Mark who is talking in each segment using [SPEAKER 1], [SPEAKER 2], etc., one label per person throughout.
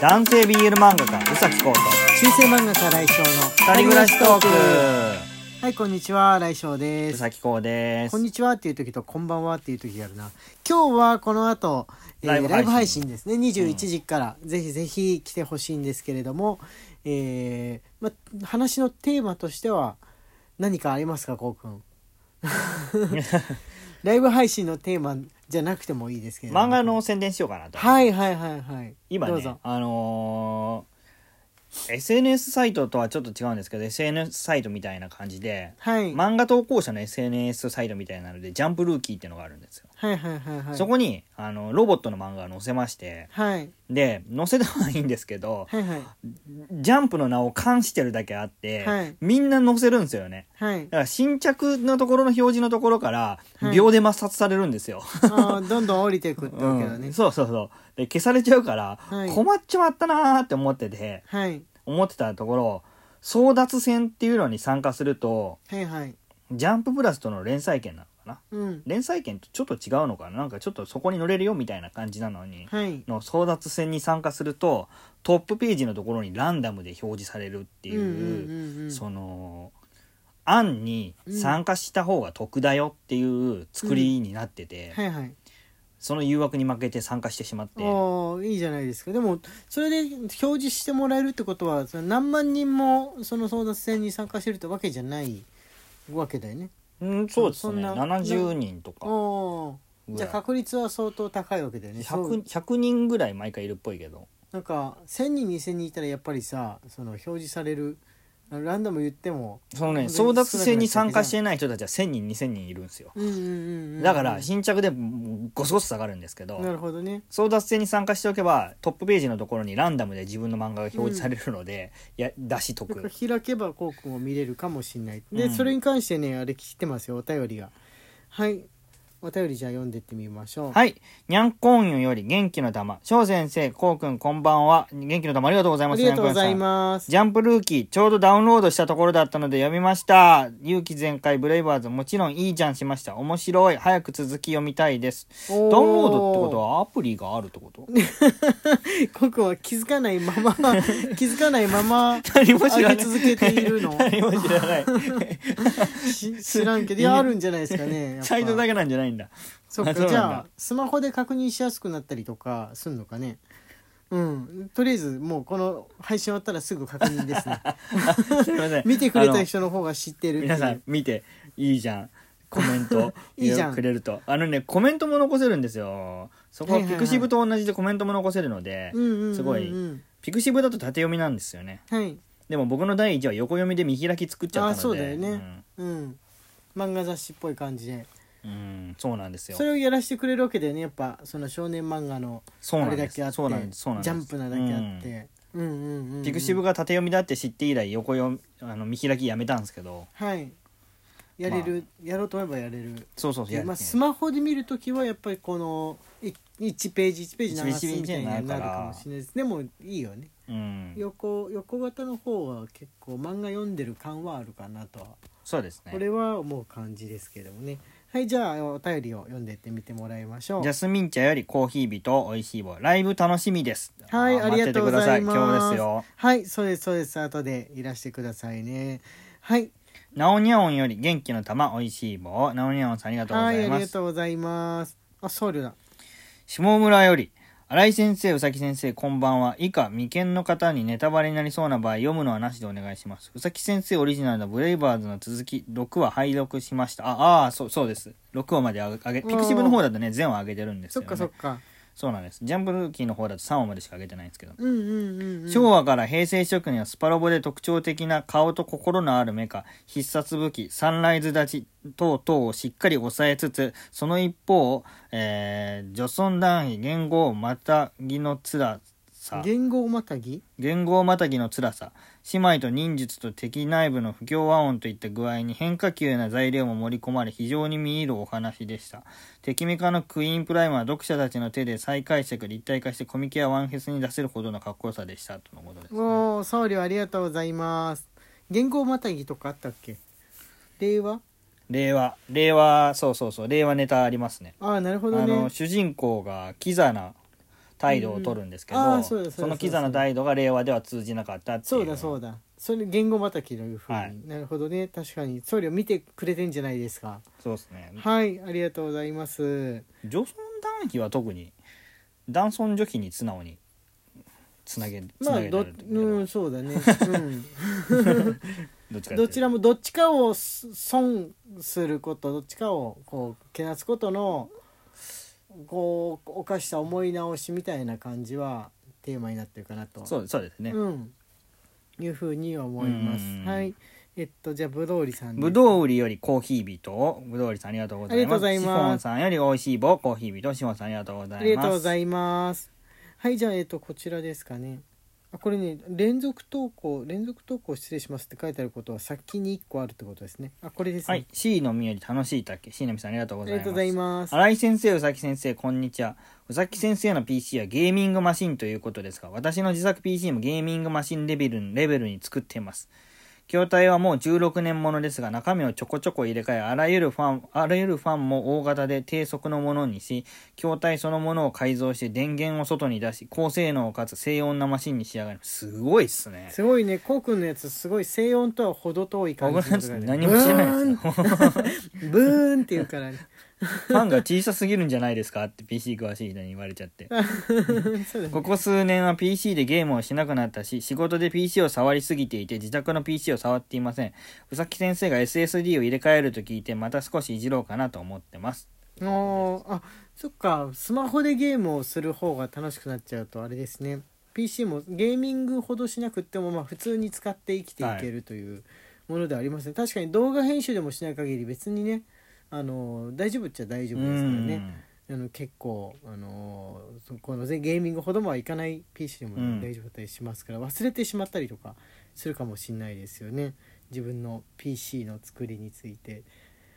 [SPEAKER 1] 男性 BL 漫画家宇崎浩と
[SPEAKER 2] 新生漫画家来翔の
[SPEAKER 1] 二人暮らしトーク
[SPEAKER 2] はいこんにちは来翔で
[SPEAKER 1] 宇
[SPEAKER 2] す
[SPEAKER 1] 崎浩です
[SPEAKER 2] こんにちはっていう時とこんばんはっていう時があるな今日はこの後、えー
[SPEAKER 1] ラ
[SPEAKER 2] ラ
[SPEAKER 1] イブ
[SPEAKER 2] イブ
[SPEAKER 1] 配信
[SPEAKER 2] 配信ですね21時から、ぜひぜひ来てほしいんですけれどもえー、ま話のテーマとしては何かありますかこうく んライブ配信のテーマじゃなくてもいいですけれども
[SPEAKER 1] 漫画の宣伝しようかなと
[SPEAKER 2] はいはいはいはい
[SPEAKER 1] 今
[SPEAKER 2] どう
[SPEAKER 1] ね
[SPEAKER 2] ぞ
[SPEAKER 1] あのー SNS サイトとはちょっと違うんですけど SNS サイトみたいな感じで
[SPEAKER 2] はい、
[SPEAKER 1] 漫画投稿者の SNS サイトみたいなのでジャンプルーキーっていうのがあるんですよ
[SPEAKER 2] はいはいはいはい
[SPEAKER 1] そこにあのロボットの漫画を載せまして
[SPEAKER 2] はい
[SPEAKER 1] で載せたはいいんですけど
[SPEAKER 2] はいはい
[SPEAKER 1] ジャンプの名を冠してるだけあって、
[SPEAKER 2] はい
[SPEAKER 1] みんな載せるんですよね
[SPEAKER 2] はい
[SPEAKER 1] だから新着のところの表示のところから
[SPEAKER 2] はい
[SPEAKER 1] 秒で抹殺されるんですよ、
[SPEAKER 2] あーどんどん降りていくってわけだね、
[SPEAKER 1] うんそうそうそうで消されちゃうから、
[SPEAKER 2] はい
[SPEAKER 1] 困っちまったなーって思ってて
[SPEAKER 2] はい
[SPEAKER 1] 思ってたところ争奪戦っていうのに参加すると
[SPEAKER 2] はいはい
[SPEAKER 1] ジャンププラスとの連載権なのかな
[SPEAKER 2] うん
[SPEAKER 1] 連載権とちょっと違うのかななんかちょっとそこに乗れるよみたいな感じなのに、
[SPEAKER 2] はい
[SPEAKER 1] の争奪戦に参加するとトップページのところにランダムで表示されるっていう,、
[SPEAKER 2] うんうんうんうん
[SPEAKER 1] その案に参加した方が得だよっていう作りになってて、
[SPEAKER 2] はいはい
[SPEAKER 1] その誘惑に負けて参加してしまって
[SPEAKER 2] おーいいじゃないですかでもそれで表示してもらえるってことはその何万人もその争奪戦に参加してるってわけじゃないわけだよね
[SPEAKER 1] うんそうです
[SPEAKER 2] そん
[SPEAKER 1] ね
[SPEAKER 2] な
[SPEAKER 1] 70人とか
[SPEAKER 2] おー
[SPEAKER 1] ぐ
[SPEAKER 2] じ
[SPEAKER 1] ら
[SPEAKER 2] ゃあ
[SPEAKER 1] い
[SPEAKER 2] 確率は相当高いわけだよねそう
[SPEAKER 1] 100, 100人ぐらい毎回いるっぽいけど
[SPEAKER 2] なんか1,000人2,000人いたらやっぱりさその表示されるあのランダム言っても
[SPEAKER 1] そのね
[SPEAKER 2] 全
[SPEAKER 1] 争
[SPEAKER 2] 然
[SPEAKER 1] 奪戦に参加してない人たちは1,000人2,000人いるんですよ
[SPEAKER 2] うんうんうんうん
[SPEAKER 1] だから新着でもゴスゴス下がるんですけど
[SPEAKER 2] なるほどね
[SPEAKER 1] 争奪戦に参加しておけばトップページのところにランダムで自分の漫画が表示されるので、いや出しと
[SPEAKER 2] なんか
[SPEAKER 1] く
[SPEAKER 2] 開けばこうくんを見れるかもしれないで、
[SPEAKER 1] うん
[SPEAKER 2] それに関してねあれ来てますよお便りがはいお便りじゃあ読んでってみましょう
[SPEAKER 1] はいにゃんこんゆより元気の玉翔先生こうくんこんばんは元気の玉ありがとうござい
[SPEAKER 2] あ
[SPEAKER 1] ます
[SPEAKER 2] りがとうござ
[SPEAKER 1] に
[SPEAKER 2] い
[SPEAKER 1] ゃんこんさん
[SPEAKER 2] ます
[SPEAKER 1] ジャンプルーキー、ちょうどダウンロードしたところだったので読みました。勇気全開、ブレイバーズ、もちろんいいじゃんしました。面白い。早く続き読みたいです。
[SPEAKER 2] ダウ
[SPEAKER 1] ダウンロードってことはアプリがあるって こと
[SPEAKER 2] こくんは気づかないま ま気づかないまま
[SPEAKER 1] 何も知ら
[SPEAKER 2] 上げ
[SPEAKER 1] ない。
[SPEAKER 2] 続けているの
[SPEAKER 1] 何も知 らない。
[SPEAKER 2] し知らんけどいやあるんじゃないですかねやっぱ
[SPEAKER 1] サイトだけなんじゃないんだ。
[SPEAKER 2] そっ
[SPEAKER 1] あそうなん
[SPEAKER 2] か
[SPEAKER 1] だ
[SPEAKER 2] じゃあスマホで確認しやすくなったりとかするのかねうんとりあえずもうこの配信終わったらすぐ確認で すね
[SPEAKER 1] すいません。
[SPEAKER 2] 見てくれ
[SPEAKER 1] あ
[SPEAKER 2] た
[SPEAKER 1] の
[SPEAKER 2] 人の方が知ってるっていう
[SPEAKER 1] 皆さん見ていいじゃんコメント
[SPEAKER 2] いいじゃん
[SPEAKER 1] くれるとあのねコメントも残せるんですよそこは
[SPEAKER 2] はいは
[SPEAKER 1] ピ
[SPEAKER 2] いはい
[SPEAKER 1] クシブと同じでコメントも残せるので、
[SPEAKER 2] うんうんうんうん
[SPEAKER 1] すごいピクシブだと縦読みなんですよね
[SPEAKER 2] はい、
[SPEAKER 1] でも僕の第一話横読みで見開き作っちゃったので
[SPEAKER 2] あそうだよねうん、漫画雑誌っぽい感じで
[SPEAKER 1] うん、うんそうなんですよ
[SPEAKER 2] それをやらせてくれるわけだよねやっぱその少年漫画の
[SPEAKER 1] そう
[SPEAKER 2] あ
[SPEAKER 1] な
[SPEAKER 2] れ
[SPEAKER 1] ん
[SPEAKER 2] だ
[SPEAKER 1] で
[SPEAKER 2] けあ
[SPEAKER 1] すそ
[SPEAKER 2] って
[SPEAKER 1] うなんですそうなんです
[SPEAKER 2] ジャンプなだけあっ、て、うん、うんうんう
[SPEAKER 1] うんんピクシブが縦読みだって知って以来横読みあの見開きやめたんですけど
[SPEAKER 2] はいやれる、やろうと思えばやれる
[SPEAKER 1] そうそうそう
[SPEAKER 2] でまあ、スマホで見るときはやっぱりこの1ページ1ページ流すみたいになるかもしれないですでもいいよね
[SPEAKER 1] うん、
[SPEAKER 2] 横横型の方は結構漫画読んでる感はあるかなとは
[SPEAKER 1] そうですね
[SPEAKER 2] これは思う感じですけどもねはいじゃあお便りを読んでってみてもらいましょう
[SPEAKER 1] ジャスミン茶よりコーヒー日と美味しい棒ライブ楽しみです。
[SPEAKER 2] はい
[SPEAKER 1] ー
[SPEAKER 2] ありがとうございます
[SPEAKER 1] 待っててください今日ですよ。
[SPEAKER 2] はいそうですそうです後でいらしてくださいねはい
[SPEAKER 1] なおにゃおんより元気の玉美味しい棒なおにゃおんさんありがとうご
[SPEAKER 2] は
[SPEAKER 1] ざ
[SPEAKER 2] い
[SPEAKER 1] い
[SPEAKER 2] あ
[SPEAKER 1] ま
[SPEAKER 2] りが
[SPEAKER 1] す。
[SPEAKER 2] とうございますあ僧侶だ
[SPEAKER 1] 下村より新井先生、宇崎先生、こんばんは。以下、未見の方にネタバレになりそうな場合、読むのはなしでお願いします。宇崎先生オリジナルのブレイバーズの続き、6話拝読しました。ああー、そう、そうです。6話まであげ、ピクシブの方だとね、全話上げてるんです
[SPEAKER 2] そ
[SPEAKER 1] よ、
[SPEAKER 2] っ
[SPEAKER 1] ね。
[SPEAKER 2] かそっか
[SPEAKER 1] そうなんです。ジャンプルーキーの方だと3話までしか上げてないんですけど。
[SPEAKER 2] うんうんうん、うん、
[SPEAKER 1] 昭和から平成初期にはスパロボで特徴的な顔と心のあるメカ必殺武器サンライズ立ち等々をしっかり抑えつつその一方、えー、女尊男位言語またぎの辛さ
[SPEAKER 2] 言語またぎ
[SPEAKER 1] 言語またぎの辛さ姉妹と忍術と敵内部の不協和音といった具合に変化球な材料も盛り込まれ非常に見入るお話でした敵メカのクイーンプライムは読者たちの手で再解釈立体化してコミケやワンフェスに出せるほどのかっこよさでしたとのことです、ね、
[SPEAKER 2] おお僧侶ありがとうございます言語またぎとかあったっけ令和
[SPEAKER 1] 令和令和そうそうそう令和ネタありますね
[SPEAKER 2] ああなるほ
[SPEAKER 1] あ
[SPEAKER 2] どね
[SPEAKER 1] の主人公がキザな態度を取るんですけど、
[SPEAKER 2] うんあーそうだそうだ
[SPEAKER 1] そのキザな態度が令和では通じなかったっていう
[SPEAKER 2] そうだそうだそれ言語またきのいうふうに、
[SPEAKER 1] はい
[SPEAKER 2] なるほどね確かに僧侶見てくれてんじゃないですか
[SPEAKER 1] そうですね
[SPEAKER 2] はいありがとうございます
[SPEAKER 1] 女尊男卑は特に男尊女卑に素直につなげつ
[SPEAKER 2] ま
[SPEAKER 1] な
[SPEAKER 2] あ
[SPEAKER 1] げら
[SPEAKER 2] ど
[SPEAKER 1] れるけど
[SPEAKER 2] うんそう だね、うん、
[SPEAKER 1] どっちか
[SPEAKER 2] どち
[SPEAKER 1] ら
[SPEAKER 2] らもどっちかをす損することどっちかをこうけなすことのこう犯した思い直しみたいな感じはテーマになってるかなと
[SPEAKER 1] そうそうですね、
[SPEAKER 2] うん、いうふうに思います
[SPEAKER 1] うん。
[SPEAKER 2] はいえっとじゃあブドウリさんです
[SPEAKER 1] ぶどう売りよりコーヒー人をぶどう売りさんありがとうございます
[SPEAKER 2] ありがとうございます
[SPEAKER 1] シフォンさんよりおいしい棒コーヒー人シフォンさんありがとうございます
[SPEAKER 2] ありがとうございます。はい、じゃあ、えっと、こちらですかね。あこれね、連続投稿、連続投稿失礼しますって書いてあることは先に1個あるってことですね。あ、これですね。
[SPEAKER 1] はい、C のみより楽しい竹 C のみさんありがとうご
[SPEAKER 2] あり
[SPEAKER 1] ざい
[SPEAKER 2] が
[SPEAKER 1] ます
[SPEAKER 2] とうございます。
[SPEAKER 1] 新井先生、宇崎先生、こんにちは。宇崎先生の PC はゲーミングマシンということですが、私の自作 PC もゲーミングマシンレベルレベルに作っています。筐体はもう16年ものですが、中身をちょこちょこ入れ替え、あらゆるファン、あらゆるファンも大型で低速のものにし、筐体そのものを改造して電源を外に出し、高性能かつ静音なマシンに仕上がります。すごいっすね。
[SPEAKER 2] すごいね、こうくんのやつ、すごい静音とは程遠い感
[SPEAKER 1] 僕
[SPEAKER 2] じ
[SPEAKER 1] なんて何もしてないですよ。
[SPEAKER 2] ブーンブーンって言 うからね。
[SPEAKER 1] ファンが小さすぎるんじゃないですかって PC 詳しい人に言われちゃって。
[SPEAKER 2] そうだね
[SPEAKER 1] ここ数年は PC でゲームをしなくなったし、仕事で PC を触りすぎていて、自宅の PC を触っていません。うさき先生が SSD を入れ替えると聞いて、また少しいじろうかなと思ってます。
[SPEAKER 2] あーあそっかスマホでゲームをする方が楽しくなっちゃうとあれですね PC もゲーミングほどしなくってもまあ普通に使って生きていけるというものではありますね、確かに動画編集でもしない限り別にねあの大丈夫っちゃ大丈夫ですからねあの結構あのそこのぜゲーミングほどもはいかない PC でも
[SPEAKER 1] うん
[SPEAKER 2] 大丈夫だったりしますから、忘れてしまったりとかするかもしれないですよね自分の PC の作りについて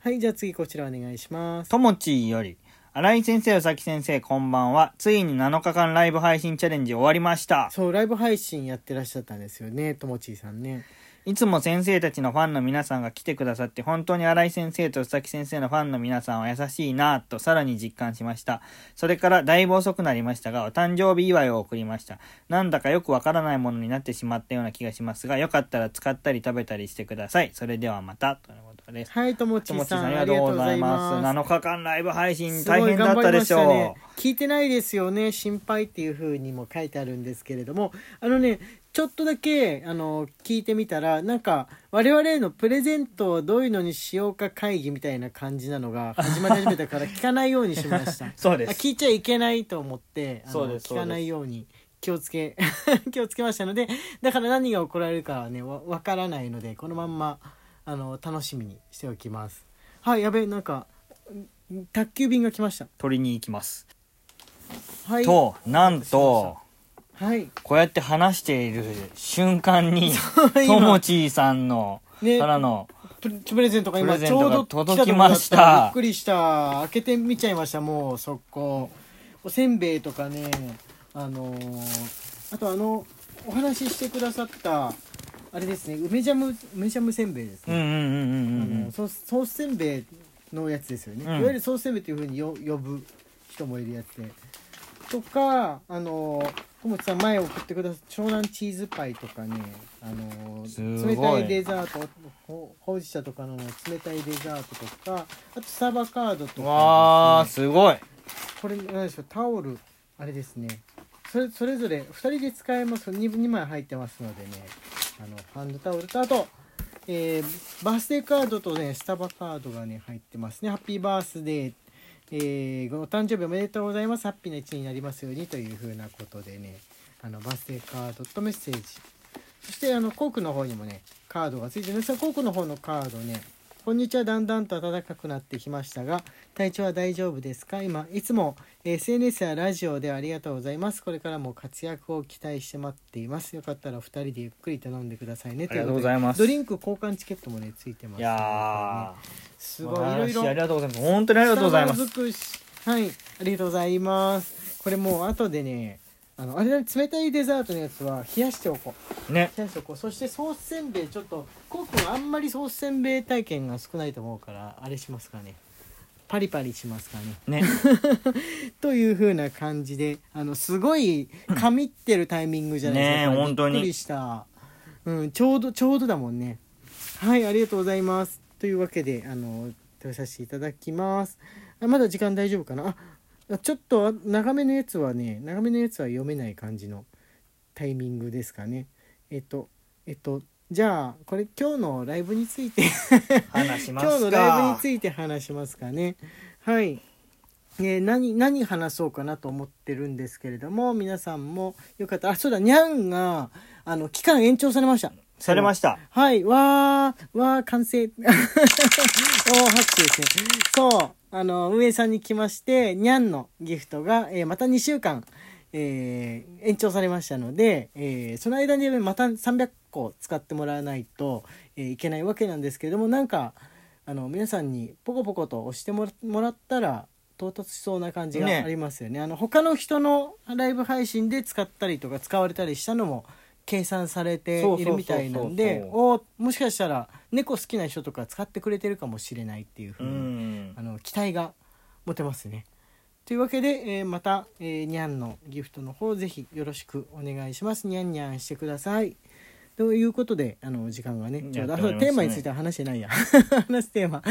[SPEAKER 2] はいじゃあ次こちらお願いします
[SPEAKER 1] ともちーより、新井先生、うさき先生、こんばんは。ついに7日間ライブ配信チャレンジ終わりました。
[SPEAKER 2] そうライブ配信やってらっしゃったんですよねともちーさんね
[SPEAKER 1] いつも先生たちのファンの皆さんが来てくださって本当に新井先生と須崎先生のファンの皆さんは優しいなぁとさらに実感しました。それからだいぶ遅くなりましたが、お誕生日祝いを送りました。なんだかよくわからないものになってしまったような気がしますが、よかったら使ったり食べたりしてください。それではまた。ということです。
[SPEAKER 2] はいともち
[SPEAKER 1] と
[SPEAKER 2] ー
[SPEAKER 1] もち
[SPEAKER 2] さ
[SPEAKER 1] さん
[SPEAKER 2] ん
[SPEAKER 1] あり
[SPEAKER 2] あ
[SPEAKER 1] が
[SPEAKER 2] りが
[SPEAKER 1] と
[SPEAKER 2] と
[SPEAKER 1] う
[SPEAKER 2] う
[SPEAKER 1] ご
[SPEAKER 2] ご
[SPEAKER 1] ざ
[SPEAKER 2] ざ
[SPEAKER 1] い
[SPEAKER 2] い
[SPEAKER 1] ます。
[SPEAKER 2] ます
[SPEAKER 1] 7日間ライブ配信
[SPEAKER 2] す
[SPEAKER 1] 大
[SPEAKER 2] ごい
[SPEAKER 1] 変だ
[SPEAKER 2] 頑
[SPEAKER 1] っ
[SPEAKER 2] 張
[SPEAKER 1] た
[SPEAKER 2] り
[SPEAKER 1] で
[SPEAKER 2] まし
[SPEAKER 1] したょう。
[SPEAKER 2] ね聞いてないですよね心配っていう風にも書いてあるんですけれどもあのねちょっとだけあの聞いてみたらなんか我々へのプレゼントをどういうのにしようか会議みたいな感じなのが始まり始めたから聞かないようにしました
[SPEAKER 1] そうで
[SPEAKER 2] あ
[SPEAKER 1] す。
[SPEAKER 2] 聞いちゃいけないと思ってあの
[SPEAKER 1] そうです
[SPEAKER 2] 聞かないように気をつけ 気をつけましたのでだから何が怒られるかはねわわからないのでこのまんまあの楽しみにしておきますはいやべえなんかん宅急便が来ました
[SPEAKER 1] 取りに行きます。
[SPEAKER 2] はい
[SPEAKER 1] と、なんと、
[SPEAKER 2] はい
[SPEAKER 1] こうやって話している瞬間 に、
[SPEAKER 2] 今
[SPEAKER 1] ともちーさんの、
[SPEAKER 2] ね
[SPEAKER 1] からの、
[SPEAKER 2] プレプレゼントが今
[SPEAKER 1] プレゼ
[SPEAKER 2] ち
[SPEAKER 1] ント
[SPEAKER 2] ょう
[SPEAKER 1] が
[SPEAKER 2] ど
[SPEAKER 1] 届きました
[SPEAKER 2] 来ところだったびっくりした開けてみちゃいましたもう速攻おせんべいとかねあのーあとあのお話ししてくださったあれですね梅ジャム梅ジャムせんべいです
[SPEAKER 1] うんう
[SPEAKER 2] ね、
[SPEAKER 1] んうんうんう
[SPEAKER 2] あの
[SPEAKER 1] ん
[SPEAKER 2] ソースソースせんべいのやつですよ
[SPEAKER 1] う
[SPEAKER 2] ね、
[SPEAKER 1] ん
[SPEAKER 2] いわゆるソースせんべいというふうによ呼ぶ人もいるやつでとかあのーともちさん前送ってくださった湘南チーズパイとかねあのー
[SPEAKER 1] すごい
[SPEAKER 2] 冷たいデザートほほうじ茶とかの冷たいデザートとかあとサバカードと
[SPEAKER 1] う
[SPEAKER 2] か
[SPEAKER 1] ん。わあ
[SPEAKER 2] です
[SPEAKER 1] す
[SPEAKER 2] ね
[SPEAKER 1] ごい。
[SPEAKER 2] これ何でしょうタオルあれですねそれそれぞれ2人で使えます 2, 2枚入ってますのでねあのハンドタオルとあと、えーバースデーカードとねスタバカードがね入ってますねハッピーバースデーえーごお誕生日おめでとうございますハッピーな一年になりますようにというふうなことでねあのバースデーカードとメッセージそしてあのコークの方にもねカードがついてるんですがコークの方のカードねこんにちはだんだんと暖かくなってきましたが体調は大丈夫ですか今いつもえー SNS やラジオでありがとうございますこれからも活躍を期待して待っていますよかったらお二人でゆっくり頼んでくださいね
[SPEAKER 1] ありがとうございます
[SPEAKER 2] ドリンク交換チケットもねついてます
[SPEAKER 1] い
[SPEAKER 2] ね
[SPEAKER 1] や
[SPEAKER 2] す
[SPEAKER 1] ー、
[SPEAKER 2] ごいいろ
[SPEAKER 1] 素
[SPEAKER 2] いろ
[SPEAKER 1] 晴らしありがとうございます。本当にありがとうございます。
[SPEAKER 2] 力士はい、ありがとうございます。これもう後でね、あのあれだね冷たいデザートのやつは冷やしておこう。
[SPEAKER 1] ね。
[SPEAKER 2] 冷やしておこう。そしてソースせんべいちょっとコウ君あんまりソースせんべい体験が少ないと思うからあれしますかね。パリパリしますからね。
[SPEAKER 1] ね
[SPEAKER 2] という風な感じであのすごい神ってるタイミングじゃないですか、
[SPEAKER 1] ねえ本当に
[SPEAKER 2] びっくりした、うん、ちょうどちょうどだもんねはいありがとうございますというわけであの食べさせていただきますあまだ時間大丈夫かなあちょっと長めのやつはね長めのやつは読めない感じのタイミングですかねえっとえっとじゃあこれ今日のライブについて
[SPEAKER 1] 話しますか
[SPEAKER 2] 今日のライブについて話しますかね。はい。えー何何話そうかなと思ってるんですけれども皆さんもよかったあそうだにゃんがあの期間延長されました
[SPEAKER 1] されました
[SPEAKER 2] はいわーわー完成 おー拍手ですねそうあの運営さんに来ましてにゃんのギフトが、えーまた2週間、えー延長されましたので、えーその間にまた300個使ってもらわないと、えーいけないわけなんですけれどもなんかあの皆さんにポコポコと押してもらもらったら到達しそうな感じが
[SPEAKER 1] ね
[SPEAKER 2] ありますよねあの他の人のライブ配信で使ったりとか使われたりしたのも計算されて
[SPEAKER 1] そうそう
[SPEAKER 2] い
[SPEAKER 1] そうそう
[SPEAKER 2] るみたいなんでおーもしかしたら猫好きな人とか使ってくれてるかもしれないっていう
[SPEAKER 1] う
[SPEAKER 2] ふうに
[SPEAKER 1] ん
[SPEAKER 2] あの期待が持てますね。というわけで、えーまた、えーにゃんのギフトの方ぜひよろしくお願いします。にゃんにゃんしてください。ということで、あの、時間がね、ちょう
[SPEAKER 1] や
[SPEAKER 2] ど、あ
[SPEAKER 1] って
[SPEAKER 2] そ
[SPEAKER 1] おり
[SPEAKER 2] う
[SPEAKER 1] ますね
[SPEAKER 2] テーマについては話してないや。 話すテーマ、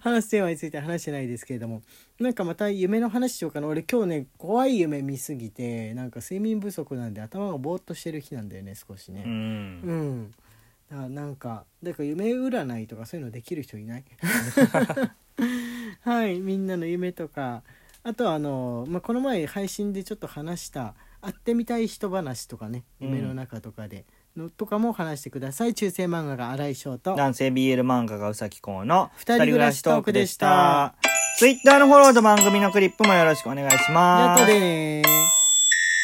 [SPEAKER 2] 話すテーマについては話してないですけれども、なんかまた夢の話しようかな。俺今日ね、怖い夢見すぎて、なんか睡眠不足なんで頭がぼーっとしてる日なんだよね、少しね。
[SPEAKER 1] うん
[SPEAKER 2] うん、だからなんかだから夢占いとかそういうのできる人い ないはいみんなの夢とかあとはあの、まあ、この前配信でちょっと話した会ってみたい人話とかね
[SPEAKER 1] うん
[SPEAKER 2] 夢の中とかで、のとかも話してください中世漫画が荒井翔と
[SPEAKER 1] 男性 BL 漫画がうさきこうの
[SPEAKER 2] 二人暮らしトークでした
[SPEAKER 1] 二人暮らしトークでした Twitter のフォローと番組のクリップもよろしくお願いし
[SPEAKER 2] や
[SPEAKER 1] ま
[SPEAKER 2] っ
[SPEAKER 1] す
[SPEAKER 2] とでねー